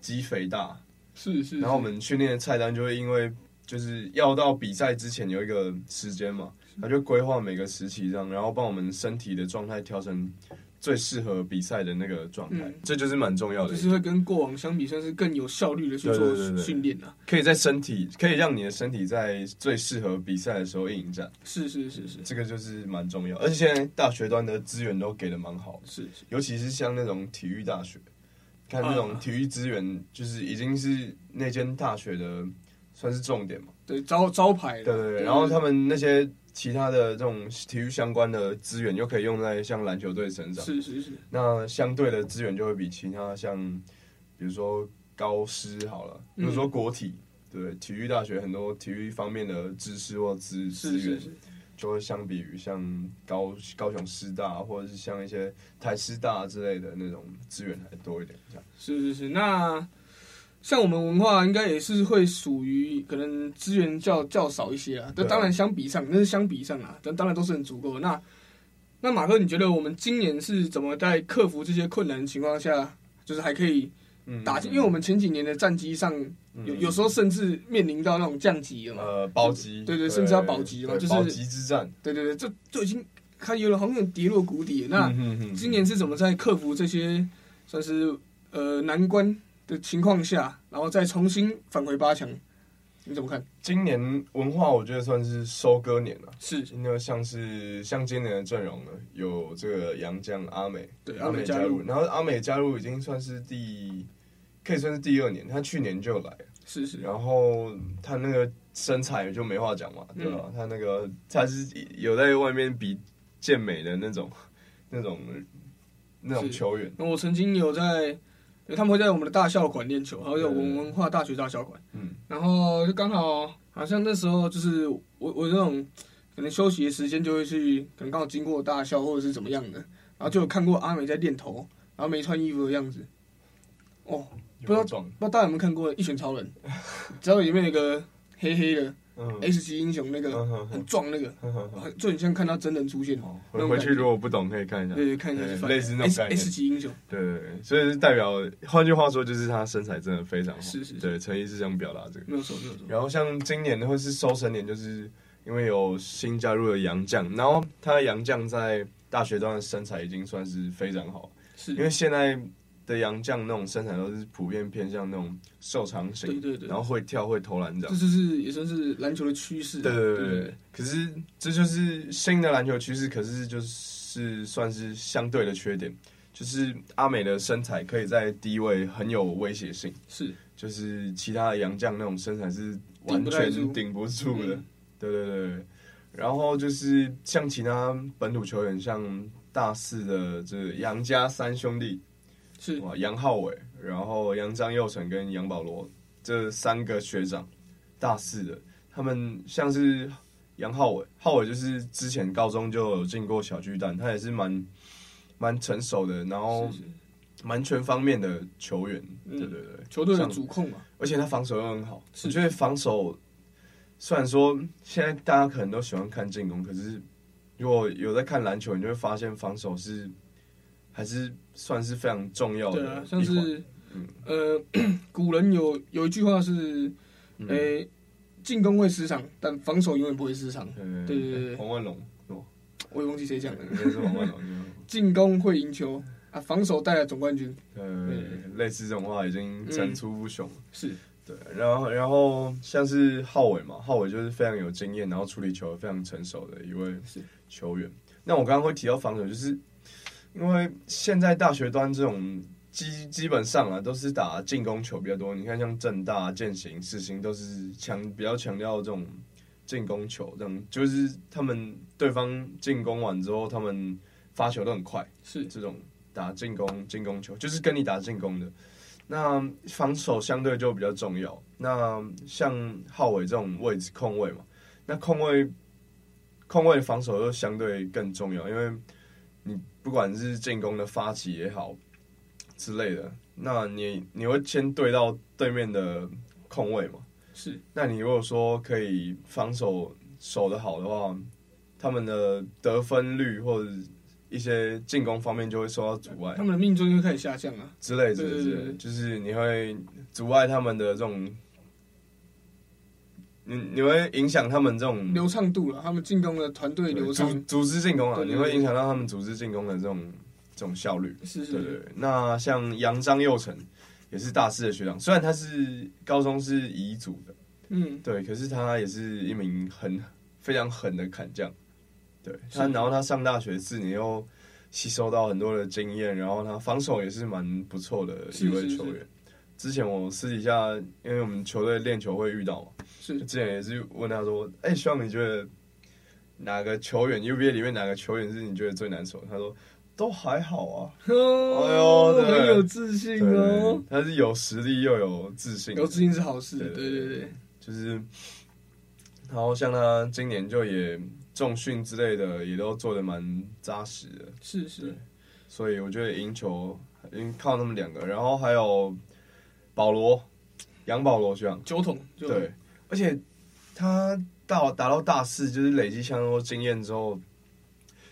[SPEAKER 3] 肌肥大，
[SPEAKER 2] 是是，
[SPEAKER 3] 然后我们训练的菜单就会因为就是要到比赛之前有一个时间嘛，他就规划每个时期这样，然后帮我们身体的状态调成最适合比赛的那个状态，
[SPEAKER 2] 嗯
[SPEAKER 3] 这就是蛮重要的
[SPEAKER 2] 就，是会跟过往相比，算是更有效率的去
[SPEAKER 3] 对对对
[SPEAKER 2] 做
[SPEAKER 3] 对
[SPEAKER 2] 训练啊了。
[SPEAKER 3] 可以在身体可以让你的身体在最适合比赛的时候应战。
[SPEAKER 2] 是是是是
[SPEAKER 3] 这个就是蛮重要，而且现在大学端的资源都给的蛮好的，
[SPEAKER 2] 是是，
[SPEAKER 3] 尤其是像那种体育大学，看那
[SPEAKER 2] 啊
[SPEAKER 3] 种体育资源，就是已经是那间大学的算是重点嘛。
[SPEAKER 2] 对招招牌啦，
[SPEAKER 3] 对对对，然
[SPEAKER 2] 嗯
[SPEAKER 3] 后他们那些其他的这种体育相关的资源，又可以用在像篮球队身上，
[SPEAKER 2] 是是是，
[SPEAKER 3] 那相对的资源就会比其他像，比如说高师好了，
[SPEAKER 2] 嗯
[SPEAKER 3] 比如说国体。对，体育大学很多体育方面的知识或资资
[SPEAKER 2] 是
[SPEAKER 3] 源
[SPEAKER 2] 是，是，
[SPEAKER 3] 就会相比于像高高雄师大或者是像一些台师大之类的那种资源还多一点，这样
[SPEAKER 2] 是是是，那像我们文化应该也是会属于可能资源较较少一些啊，
[SPEAKER 3] 对
[SPEAKER 2] 但
[SPEAKER 3] 啊
[SPEAKER 2] 当然相比上，那是相比上啊，但当然都是很足够的。那那马哥，你觉得我们今年是怎么在克服这些困难的情况下，就是还可以
[SPEAKER 3] 嗯
[SPEAKER 2] 打进？因为我们前几年的战绩上，有有时
[SPEAKER 3] 候
[SPEAKER 2] 候甚至面临到那种降级了嘛，
[SPEAKER 3] 呃保级，
[SPEAKER 2] 对对甚至要保级嘛
[SPEAKER 3] 对
[SPEAKER 2] 就是
[SPEAKER 3] 保级之战。
[SPEAKER 2] 对对对，这就已经看有人好像有跌落谷底了。那、
[SPEAKER 3] 那
[SPEAKER 2] 今年是怎么在克服这些算是呃难关的情况下，然后再重新返回八强？你怎么看？
[SPEAKER 3] 今年文化，我觉得算是收割年了。
[SPEAKER 2] 是
[SPEAKER 3] 因为像是像今年的阵容呢，有这个杨江、阿美，
[SPEAKER 2] 对
[SPEAKER 3] 阿
[SPEAKER 2] 阿美
[SPEAKER 3] 美
[SPEAKER 2] 加入
[SPEAKER 3] 入，然后阿美加入已经算是第，可以算是第二年，他去年就来了。
[SPEAKER 2] 是是，
[SPEAKER 3] 然后他那个身材就没话讲嘛，
[SPEAKER 2] 嗯
[SPEAKER 3] 对吧？他那个他是有在外面比健美的那种、 [laughs] 那种、那种
[SPEAKER 2] 是
[SPEAKER 3] 球员，
[SPEAKER 2] 那我曾经有在，呃他们会在我们的大校馆练球，还有我
[SPEAKER 3] 对
[SPEAKER 2] 们文化大学大校馆，
[SPEAKER 3] 嗯，
[SPEAKER 2] 然后就刚好好像那时候就是我我那种可能休息的时间就会去，可能刚好经过大校或者是怎么样的，然后就有看过阿美在练头，然后没穿衣服的样子，哦，不
[SPEAKER 3] 有
[SPEAKER 2] 知道
[SPEAKER 3] 壮，
[SPEAKER 2] 不知道大家有没有看过《一拳超
[SPEAKER 3] [laughs]
[SPEAKER 2] 人》，知道里面有一个黑黑的
[SPEAKER 3] 嗯，
[SPEAKER 2] S 级英雄那个
[SPEAKER 3] 嗯哼
[SPEAKER 2] 很
[SPEAKER 3] 哼
[SPEAKER 2] 壮那个，
[SPEAKER 3] 哼哼哼
[SPEAKER 2] 啊就很像看到真人出现。
[SPEAKER 3] 哦
[SPEAKER 2] 那
[SPEAKER 3] 回
[SPEAKER 2] 种
[SPEAKER 3] 回
[SPEAKER 2] 感
[SPEAKER 3] 去
[SPEAKER 2] 觉
[SPEAKER 3] 如果不懂可以看一下，
[SPEAKER 2] 对对，看一下就翻
[SPEAKER 3] 类似那种
[SPEAKER 2] S
[SPEAKER 3] 概念
[SPEAKER 2] S 级英雄，
[SPEAKER 3] 对对对，所以是代表，换句话说就是他身材真的非常好，
[SPEAKER 2] 是是是
[SPEAKER 3] 对，陈毅是想表达这个。
[SPEAKER 2] 没有错没有错。
[SPEAKER 3] 然后像今年会是收成年，就是因为有新加入的杨将，然后他的杨将在大学段的身材已经算是非常好，
[SPEAKER 2] 是
[SPEAKER 3] 因为现在的洋将那种身材都是普遍偏向那种瘦长型，
[SPEAKER 2] 对对对
[SPEAKER 3] 然后会跳会投篮这
[SPEAKER 2] 这
[SPEAKER 3] 样。
[SPEAKER 2] 就是也算是篮球的趋势啊。
[SPEAKER 3] 对对对对对，可是这就是新的篮球趋势，可是就是算是相对的缺点，就是阿美的身材可以在低位很有威胁性，
[SPEAKER 2] 是
[SPEAKER 3] 就是其他的洋将那种身材是
[SPEAKER 2] 顶
[SPEAKER 3] 完
[SPEAKER 2] 不太
[SPEAKER 3] 全
[SPEAKER 2] 住
[SPEAKER 3] 顶不住的。
[SPEAKER 2] 嗯
[SPEAKER 3] 对对对对，然后就是像其他本土球员，像大四的这杨家三兄弟，
[SPEAKER 2] 是，
[SPEAKER 3] 哇，杨浩伟，然后杨张佑成跟杨保罗这三个学长，大四的，他们像是杨浩伟，浩伟就是之前高中就有进过小巨蛋，他也是蛮蛮成熟的，然后
[SPEAKER 2] 是是
[SPEAKER 3] 蛮全方面的球员，
[SPEAKER 2] 嗯
[SPEAKER 3] 对对对，
[SPEAKER 2] 球队的
[SPEAKER 3] 像
[SPEAKER 2] 主控嘛，
[SPEAKER 3] 而且他防守又很好。我觉得防守虽然说现在大家可能都喜欢看进攻，可是如果有在看篮球，你就会发现防守是还是算是非常重要
[SPEAKER 2] 对
[SPEAKER 3] 的一
[SPEAKER 2] 啊
[SPEAKER 3] 环。，
[SPEAKER 2] 像是
[SPEAKER 3] 嗯
[SPEAKER 2] 呃， [clears throat] 古人有有一句话是，
[SPEAKER 3] 嗯
[SPEAKER 2] 诶，进攻会失常，但防守永远不会失常。
[SPEAKER 3] 呃
[SPEAKER 2] 对对对对
[SPEAKER 3] 黄万龙是吧？
[SPEAKER 2] 我也忘记谁讲的，
[SPEAKER 3] 应该是黄万龙。对吧
[SPEAKER 2] 进攻会赢球啊，防守带来总冠军。[laughs]
[SPEAKER 3] 呃
[SPEAKER 2] 对对，嗯
[SPEAKER 3] 类似这种话已经层出不穷了。
[SPEAKER 2] 是
[SPEAKER 3] 对，然后然后像是浩伟嘛，浩伟就是非常有经验，然后处理球非常成熟的一位
[SPEAKER 2] 是
[SPEAKER 3] 球员。那我刚刚会提到防守，就是因为现在大学端这种基基本上啊都是打进攻球比较多，你看像正大、建行、世新都是强比较强调这种进攻球，这种就是他们对方进攻完之后，他们发球都很快。
[SPEAKER 2] 是，
[SPEAKER 3] 这种打进攻进攻球，就是跟你打进攻的。那防守相对就比较重要。那像浩伟这种位置控卫嘛，那控卫控卫的防守又相对更重要，因为你不管是进攻的发起也好之类的，那你你会先对到对面的控卫嘛？
[SPEAKER 2] 是
[SPEAKER 3] 那你如果说可以防守守得好的话，他们的得分率或者一些进攻方面就会受到阻碍
[SPEAKER 2] 他们的命中率开始下降啊。
[SPEAKER 3] 之类之类之
[SPEAKER 2] 对对
[SPEAKER 3] 类
[SPEAKER 2] 对
[SPEAKER 3] 的，就是你会阻碍他们的这种，你你会影响他们这种
[SPEAKER 2] 流畅度了，他们进攻的团队流畅
[SPEAKER 3] 组组织进攻啊，
[SPEAKER 2] 对对
[SPEAKER 3] 你
[SPEAKER 2] 对
[SPEAKER 3] 会影响到他们组织进攻的这种这种效率。
[SPEAKER 2] 是
[SPEAKER 3] 对
[SPEAKER 2] 是
[SPEAKER 3] 对，那像杨张佑成也是大四的学长，虽然他是高中是乙组的。
[SPEAKER 2] 嗯
[SPEAKER 3] 对，可是他也是一名很非常狠的砍将。对
[SPEAKER 2] 是
[SPEAKER 3] 他，然后他上大学四年又吸收到很多的经验，然后他防守也是蛮不错的一
[SPEAKER 2] 是
[SPEAKER 3] 位
[SPEAKER 2] 是是
[SPEAKER 3] 球员。之前我私底下，因为我们球队练球会遇到嘛，
[SPEAKER 2] 是
[SPEAKER 3] 之前也是问他说：“哎、希望你觉得哪个球员 UBA 里面哪个球员是你觉得最难守？”他说：“都还好啊。
[SPEAKER 2] 哦，
[SPEAKER 3] 哎呦对
[SPEAKER 2] 很有自
[SPEAKER 3] 对”
[SPEAKER 2] 信
[SPEAKER 3] 对
[SPEAKER 2] 哦
[SPEAKER 3] 对，他是有实力又有自信的，
[SPEAKER 2] 有自信是好事，对
[SPEAKER 3] 对对
[SPEAKER 2] 对对，
[SPEAKER 3] 就是，然后像他今年就也重训之类的也都做的蛮扎实的，
[SPEAKER 2] 是是
[SPEAKER 3] 对所以我觉得赢球，嗯，靠他们两个，然后还有保罗，杨保罗学长，
[SPEAKER 2] 酒桶就
[SPEAKER 3] 对，而且他到打到大四，就是累积相当多经验之后。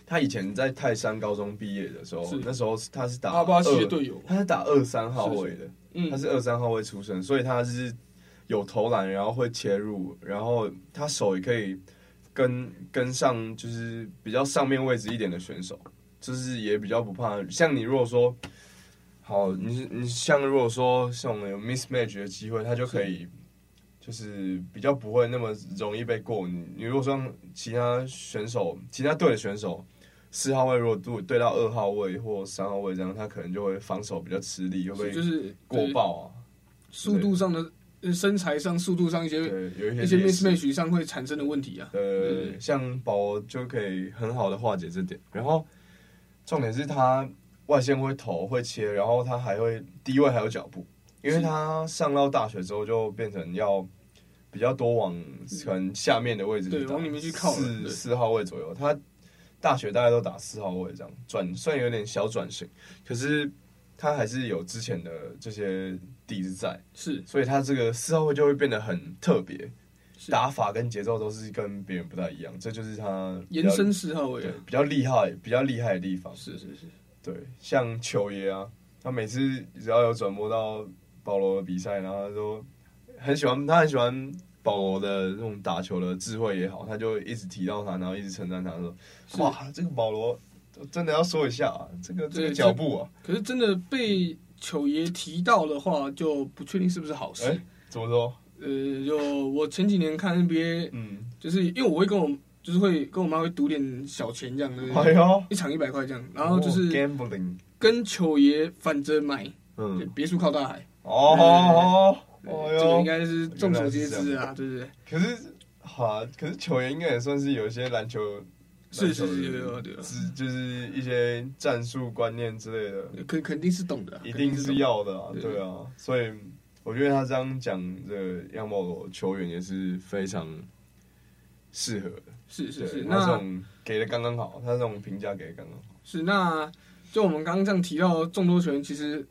[SPEAKER 3] 他以前在泰山高中毕业的时候
[SPEAKER 2] 是，
[SPEAKER 3] 那时候他是打
[SPEAKER 2] 阿巴西的
[SPEAKER 3] 二
[SPEAKER 2] 队友，
[SPEAKER 3] 他是打二三号位的，
[SPEAKER 2] 嗯
[SPEAKER 3] 他，是二三号位出身，所以他是有投篮，然后会切入，然后他手也可以跟跟上，就是比较上面位置一点的选手，就是也比较不怕。像你如果说好，你你像如果说像我们有 mismatch 的机会，他就可以。就是比较不会那么容易被过你。你如果说其他选手、其他队的选手，四号位如果对对到二号位或三号位这样，他可能就会防守比较吃力，会被
[SPEAKER 2] 就是
[SPEAKER 3] 过
[SPEAKER 2] 对
[SPEAKER 3] 爆啊，
[SPEAKER 2] 速度上的、呃身材上、速度上一些
[SPEAKER 3] 对，有
[SPEAKER 2] 一
[SPEAKER 3] 一
[SPEAKER 2] 些
[SPEAKER 3] 些劣势
[SPEAKER 2] mismatch 上会产生的问题啊。
[SPEAKER 3] 呃，像保罗就可以很好的化解这点。然后重点是他外线会投会切，然后他还会低位还有脚步，因为
[SPEAKER 2] 是
[SPEAKER 3] 他上到大学之后就变成要比较多往可能下面的位置去
[SPEAKER 2] 对
[SPEAKER 3] 打
[SPEAKER 2] 往里面去靠了对
[SPEAKER 3] 四四号位左右。他大学大概都打四号位这样转，虽然有点小转型，可是他还是有之前的这些底子在。
[SPEAKER 2] 是
[SPEAKER 3] 所以他这个四号位就会变得很特别，
[SPEAKER 2] 是
[SPEAKER 3] 打法跟节奏都是跟别人不太一样，这就是他比较
[SPEAKER 2] 延伸四号位
[SPEAKER 3] 对
[SPEAKER 2] 啊，
[SPEAKER 3] 比较厉害、比较厉害的地方。
[SPEAKER 2] 是是是，
[SPEAKER 3] 对，像球爷啊，他每次只要有转播到保罗的比赛，然后他说很喜欢，他很喜欢保罗的那种打球的智慧也好，他就一直提到他，然后一直称赞他说：“
[SPEAKER 2] 是
[SPEAKER 3] 哇，这个保罗真的要说一下啊，这个这
[SPEAKER 2] 对
[SPEAKER 3] 个脚步啊，
[SPEAKER 2] 可是真的被球爷提到的话，就不确定是不是好事。
[SPEAKER 3] 哎、怎么说？
[SPEAKER 2] 呃，就我前几年看 NBA，
[SPEAKER 3] 嗯，
[SPEAKER 2] 就是因为我会跟我就是会跟我妈会赌点小钱这样，对不对
[SPEAKER 3] 哎呦，
[SPEAKER 2] 一场一百块这样，然后就
[SPEAKER 3] 哦
[SPEAKER 2] 是
[SPEAKER 3] gambling，
[SPEAKER 2] 跟球爷反着买，就
[SPEAKER 3] 嗯，
[SPEAKER 2] 别墅靠大海，
[SPEAKER 3] 哦哦哦，
[SPEAKER 2] 对这个
[SPEAKER 3] 哦
[SPEAKER 2] 应
[SPEAKER 3] 哟，
[SPEAKER 2] 该是众所皆知啊，对不对？
[SPEAKER 3] 可是好、啊，可是球员应该也算是有一些篮球。
[SPEAKER 2] 是是
[SPEAKER 3] 篮球
[SPEAKER 2] 是，
[SPEAKER 3] 的
[SPEAKER 2] 有有有
[SPEAKER 3] 是就是一些战术观念之类的，
[SPEAKER 2] 有，肯啊肯定是懂的啊，
[SPEAKER 3] 一定是要的啊，
[SPEAKER 2] 对
[SPEAKER 3] 对啊，所以我觉得他这样讲的样貌球员也是非常适合的，
[SPEAKER 2] 肯定是懂是
[SPEAKER 3] 对，
[SPEAKER 2] 是是。
[SPEAKER 3] 他
[SPEAKER 2] 那
[SPEAKER 3] 这种给的刚刚好，他这种评价给的刚刚好，
[SPEAKER 2] 是那，就我们刚刚这样提到众多球员，其实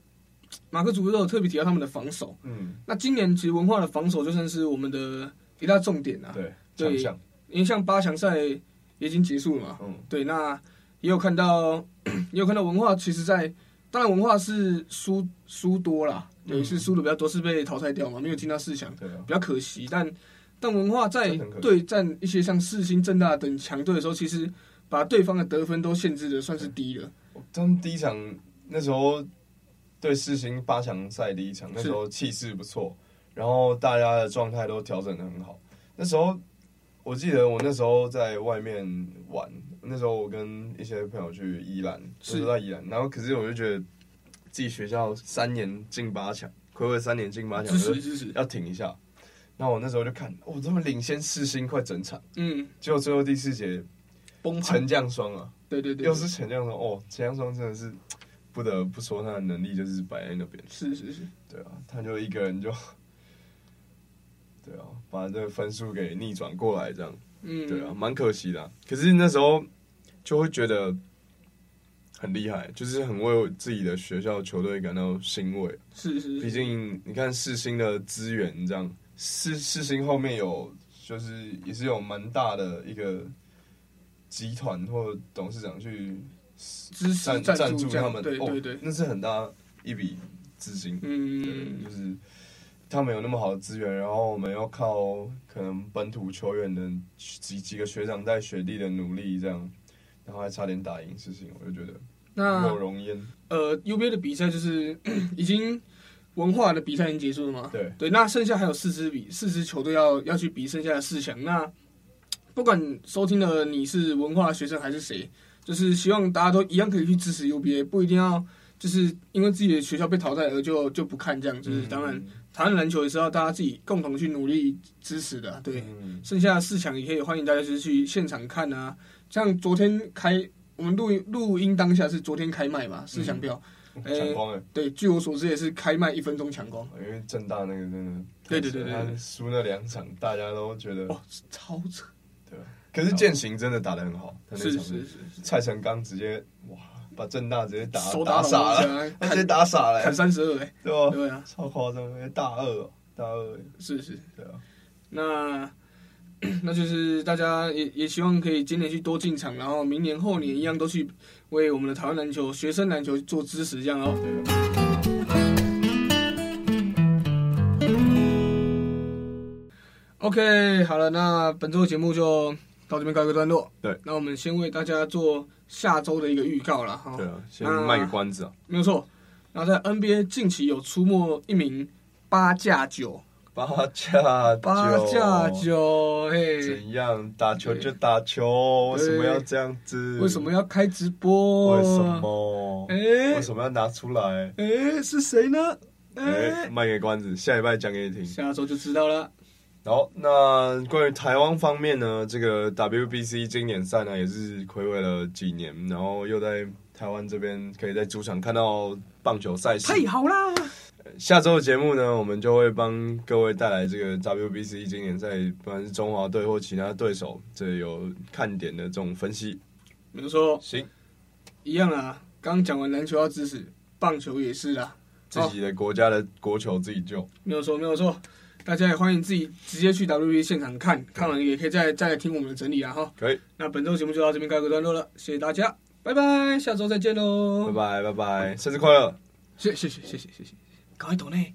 [SPEAKER 2] 马克主都有特别提到他们的防守。
[SPEAKER 3] 嗯，
[SPEAKER 2] 那今年其实文化的防守就算是我们的一大重点啊，
[SPEAKER 3] 对，
[SPEAKER 2] 对啊
[SPEAKER 3] 强项，
[SPEAKER 2] 因为像八强赛也已经结束了嘛，
[SPEAKER 3] 嗯
[SPEAKER 2] 对，那也有看到，也有看到文化，其实在当然文化是输输多啦，对，
[SPEAKER 3] 嗯
[SPEAKER 2] 是输的比较多，是被淘汰掉嘛，没有进到四强，
[SPEAKER 3] 对啊，
[SPEAKER 2] 比较可惜。但但文化在
[SPEAKER 3] 真的很可惜
[SPEAKER 2] 对战一些像世新、正大等强队的时候，其实把对方的得分都限制的算是低了，
[SPEAKER 3] 他们第一场那时候对世新八强赛第一场，那时候气势不错，然后大家的状态都调整的很好。那时候我记得我那时候在外面玩，那时候我跟一些朋友去宜兰，
[SPEAKER 2] 是
[SPEAKER 3] 就是在宜兰，然后可是我就觉得自己学校三年进八强，暌违三年进八强
[SPEAKER 2] 支，持
[SPEAKER 3] 就是
[SPEAKER 2] 支持，
[SPEAKER 3] 要停一下。那我那时候就看，哦，他们领先世新快整场，
[SPEAKER 2] 嗯，
[SPEAKER 3] 结果最后第四节
[SPEAKER 2] 崩盘
[SPEAKER 3] 陈，将双啊，
[SPEAKER 2] 对对对，
[SPEAKER 3] 又是陈将双哦，陈将双真的是不得不说他的能力就是摆在那边，
[SPEAKER 2] 是是是，
[SPEAKER 3] 对啊，他就一个人就，对啊，把这个分数给逆转过来这样，
[SPEAKER 2] 嗯，
[SPEAKER 3] 对啊，，蛮可惜的啊、可是那时候就会觉得很厉害，就是很为我自己的学校球队感到欣慰。
[SPEAKER 2] 是是
[SPEAKER 3] 毕
[SPEAKER 2] 是，
[SPEAKER 3] 竟你看世新的资源这样，世世新后面有就是也是有蛮大的一个集团或董事长去
[SPEAKER 2] 支持
[SPEAKER 3] 赞
[SPEAKER 2] 赞
[SPEAKER 3] 助
[SPEAKER 2] 这
[SPEAKER 3] 他
[SPEAKER 2] 样
[SPEAKER 3] 们，
[SPEAKER 2] 对对
[SPEAKER 3] 哦
[SPEAKER 2] 对，，
[SPEAKER 3] 那是很大一笔资金，对，
[SPEAKER 2] 嗯
[SPEAKER 3] 就，是他们有那么好的资源，然后我们要靠可能本土球员的几几个学长带学弟的努力这样，然后还差点打赢世新，我就觉得
[SPEAKER 2] 那
[SPEAKER 3] 有容焉，
[SPEAKER 2] 呃，UBA 的比赛就是 [clears throat] 已经文化的比赛已经结束了嘛？
[SPEAKER 3] 对
[SPEAKER 2] 对，那剩下还有四支比四支球队要要去比剩下的四强。那不管收听的你是文化的学生还是谁，就是希望大家都一样可以去支持 UBA，不一定要就是因为自己的学校被淘汰而就就不看这样。就是
[SPEAKER 3] 嗯
[SPEAKER 2] 当然，台湾篮球也是要大家自己共同去努力支持的啊、对。
[SPEAKER 3] 嗯，
[SPEAKER 2] 剩下的四强也可以欢迎大家就是去现场看啊。像昨天开我们录录音当下是昨天开卖嘛，
[SPEAKER 3] 嗯
[SPEAKER 2] 四强票。哎
[SPEAKER 3] 抢光了。
[SPEAKER 2] 对，据我所知也是开卖一分钟抢光，
[SPEAKER 3] 因为正大那个真的，
[SPEAKER 2] 对对对对对哦
[SPEAKER 3] 他输那两场，大家都觉得，
[SPEAKER 2] 哇，超扯！
[SPEAKER 3] 可是践行真的打得很好，他那
[SPEAKER 2] 是
[SPEAKER 3] 场
[SPEAKER 2] 是是，
[SPEAKER 3] 蔡成刚直接哇，把正大直接打
[SPEAKER 2] 手
[SPEAKER 3] 打
[SPEAKER 2] 打
[SPEAKER 3] 傻了，
[SPEAKER 2] 了，
[SPEAKER 3] 他直接
[SPEAKER 2] 砍
[SPEAKER 3] 打傻了
[SPEAKER 2] 砍，三十二哎，
[SPEAKER 3] 对吧？
[SPEAKER 2] 对啊，
[SPEAKER 3] 超夸张，大二哦，大二，
[SPEAKER 2] 是是，
[SPEAKER 3] 对啊，
[SPEAKER 2] 那 [clears throat] 那就是大家也也希望可以今年去多进场，然后明年后年一样都去为我们的台湾篮球、学生篮球做支持，这样哦。
[SPEAKER 3] 对啊。
[SPEAKER 2] OK，好了，那本周的节目就到这边告一个段落。
[SPEAKER 3] 对，
[SPEAKER 2] 那我们先为大家做下周的一个预告了哈。
[SPEAKER 3] 对啊，先卖个关子啊！
[SPEAKER 2] 没有错。然后在 NBA 近期有出没一名八架九，
[SPEAKER 3] 八架九
[SPEAKER 2] 八架九，嘿，
[SPEAKER 3] 怎样？打球就打球，为什么要这样子？
[SPEAKER 2] 为什么？要开直播？
[SPEAKER 3] 为什？么？
[SPEAKER 2] 哎
[SPEAKER 3] 为什么要拿出来？
[SPEAKER 2] 哎，是谁呢？
[SPEAKER 3] 哎，
[SPEAKER 2] 哎，
[SPEAKER 3] 卖个关子，下礼拜讲给你听。
[SPEAKER 2] 下周就知道了。
[SPEAKER 3] 然后，那关于台湾方面呢，这个 WBC 经典赛呢也是暌违了几年，然后又在台湾这边可以在主场看到棒球赛事。
[SPEAKER 2] 太好啦！
[SPEAKER 3] 下周的节目呢，我们就会帮各位带来这个 WBC 经典赛，不管是中华队或其他对手，这有看点的这种分析。
[SPEAKER 2] 没有错，
[SPEAKER 3] 行，
[SPEAKER 2] 一样啦。刚讲完篮球要支持，棒球也是啦。
[SPEAKER 3] 自己的国家的国球自己救。
[SPEAKER 2] 没有错，没有错。大家也欢迎自己直接去 WB 现场看，看完也可以再再来听我们的整理啊哈。
[SPEAKER 3] 可以，
[SPEAKER 2] 那本周节目就到这边告一个段落了，谢谢大家，拜拜，下周再见喽，
[SPEAKER 3] 拜拜拜拜，生日快乐！
[SPEAKER 2] 谢谢谢谢谢谢谢谢，赶快抖内，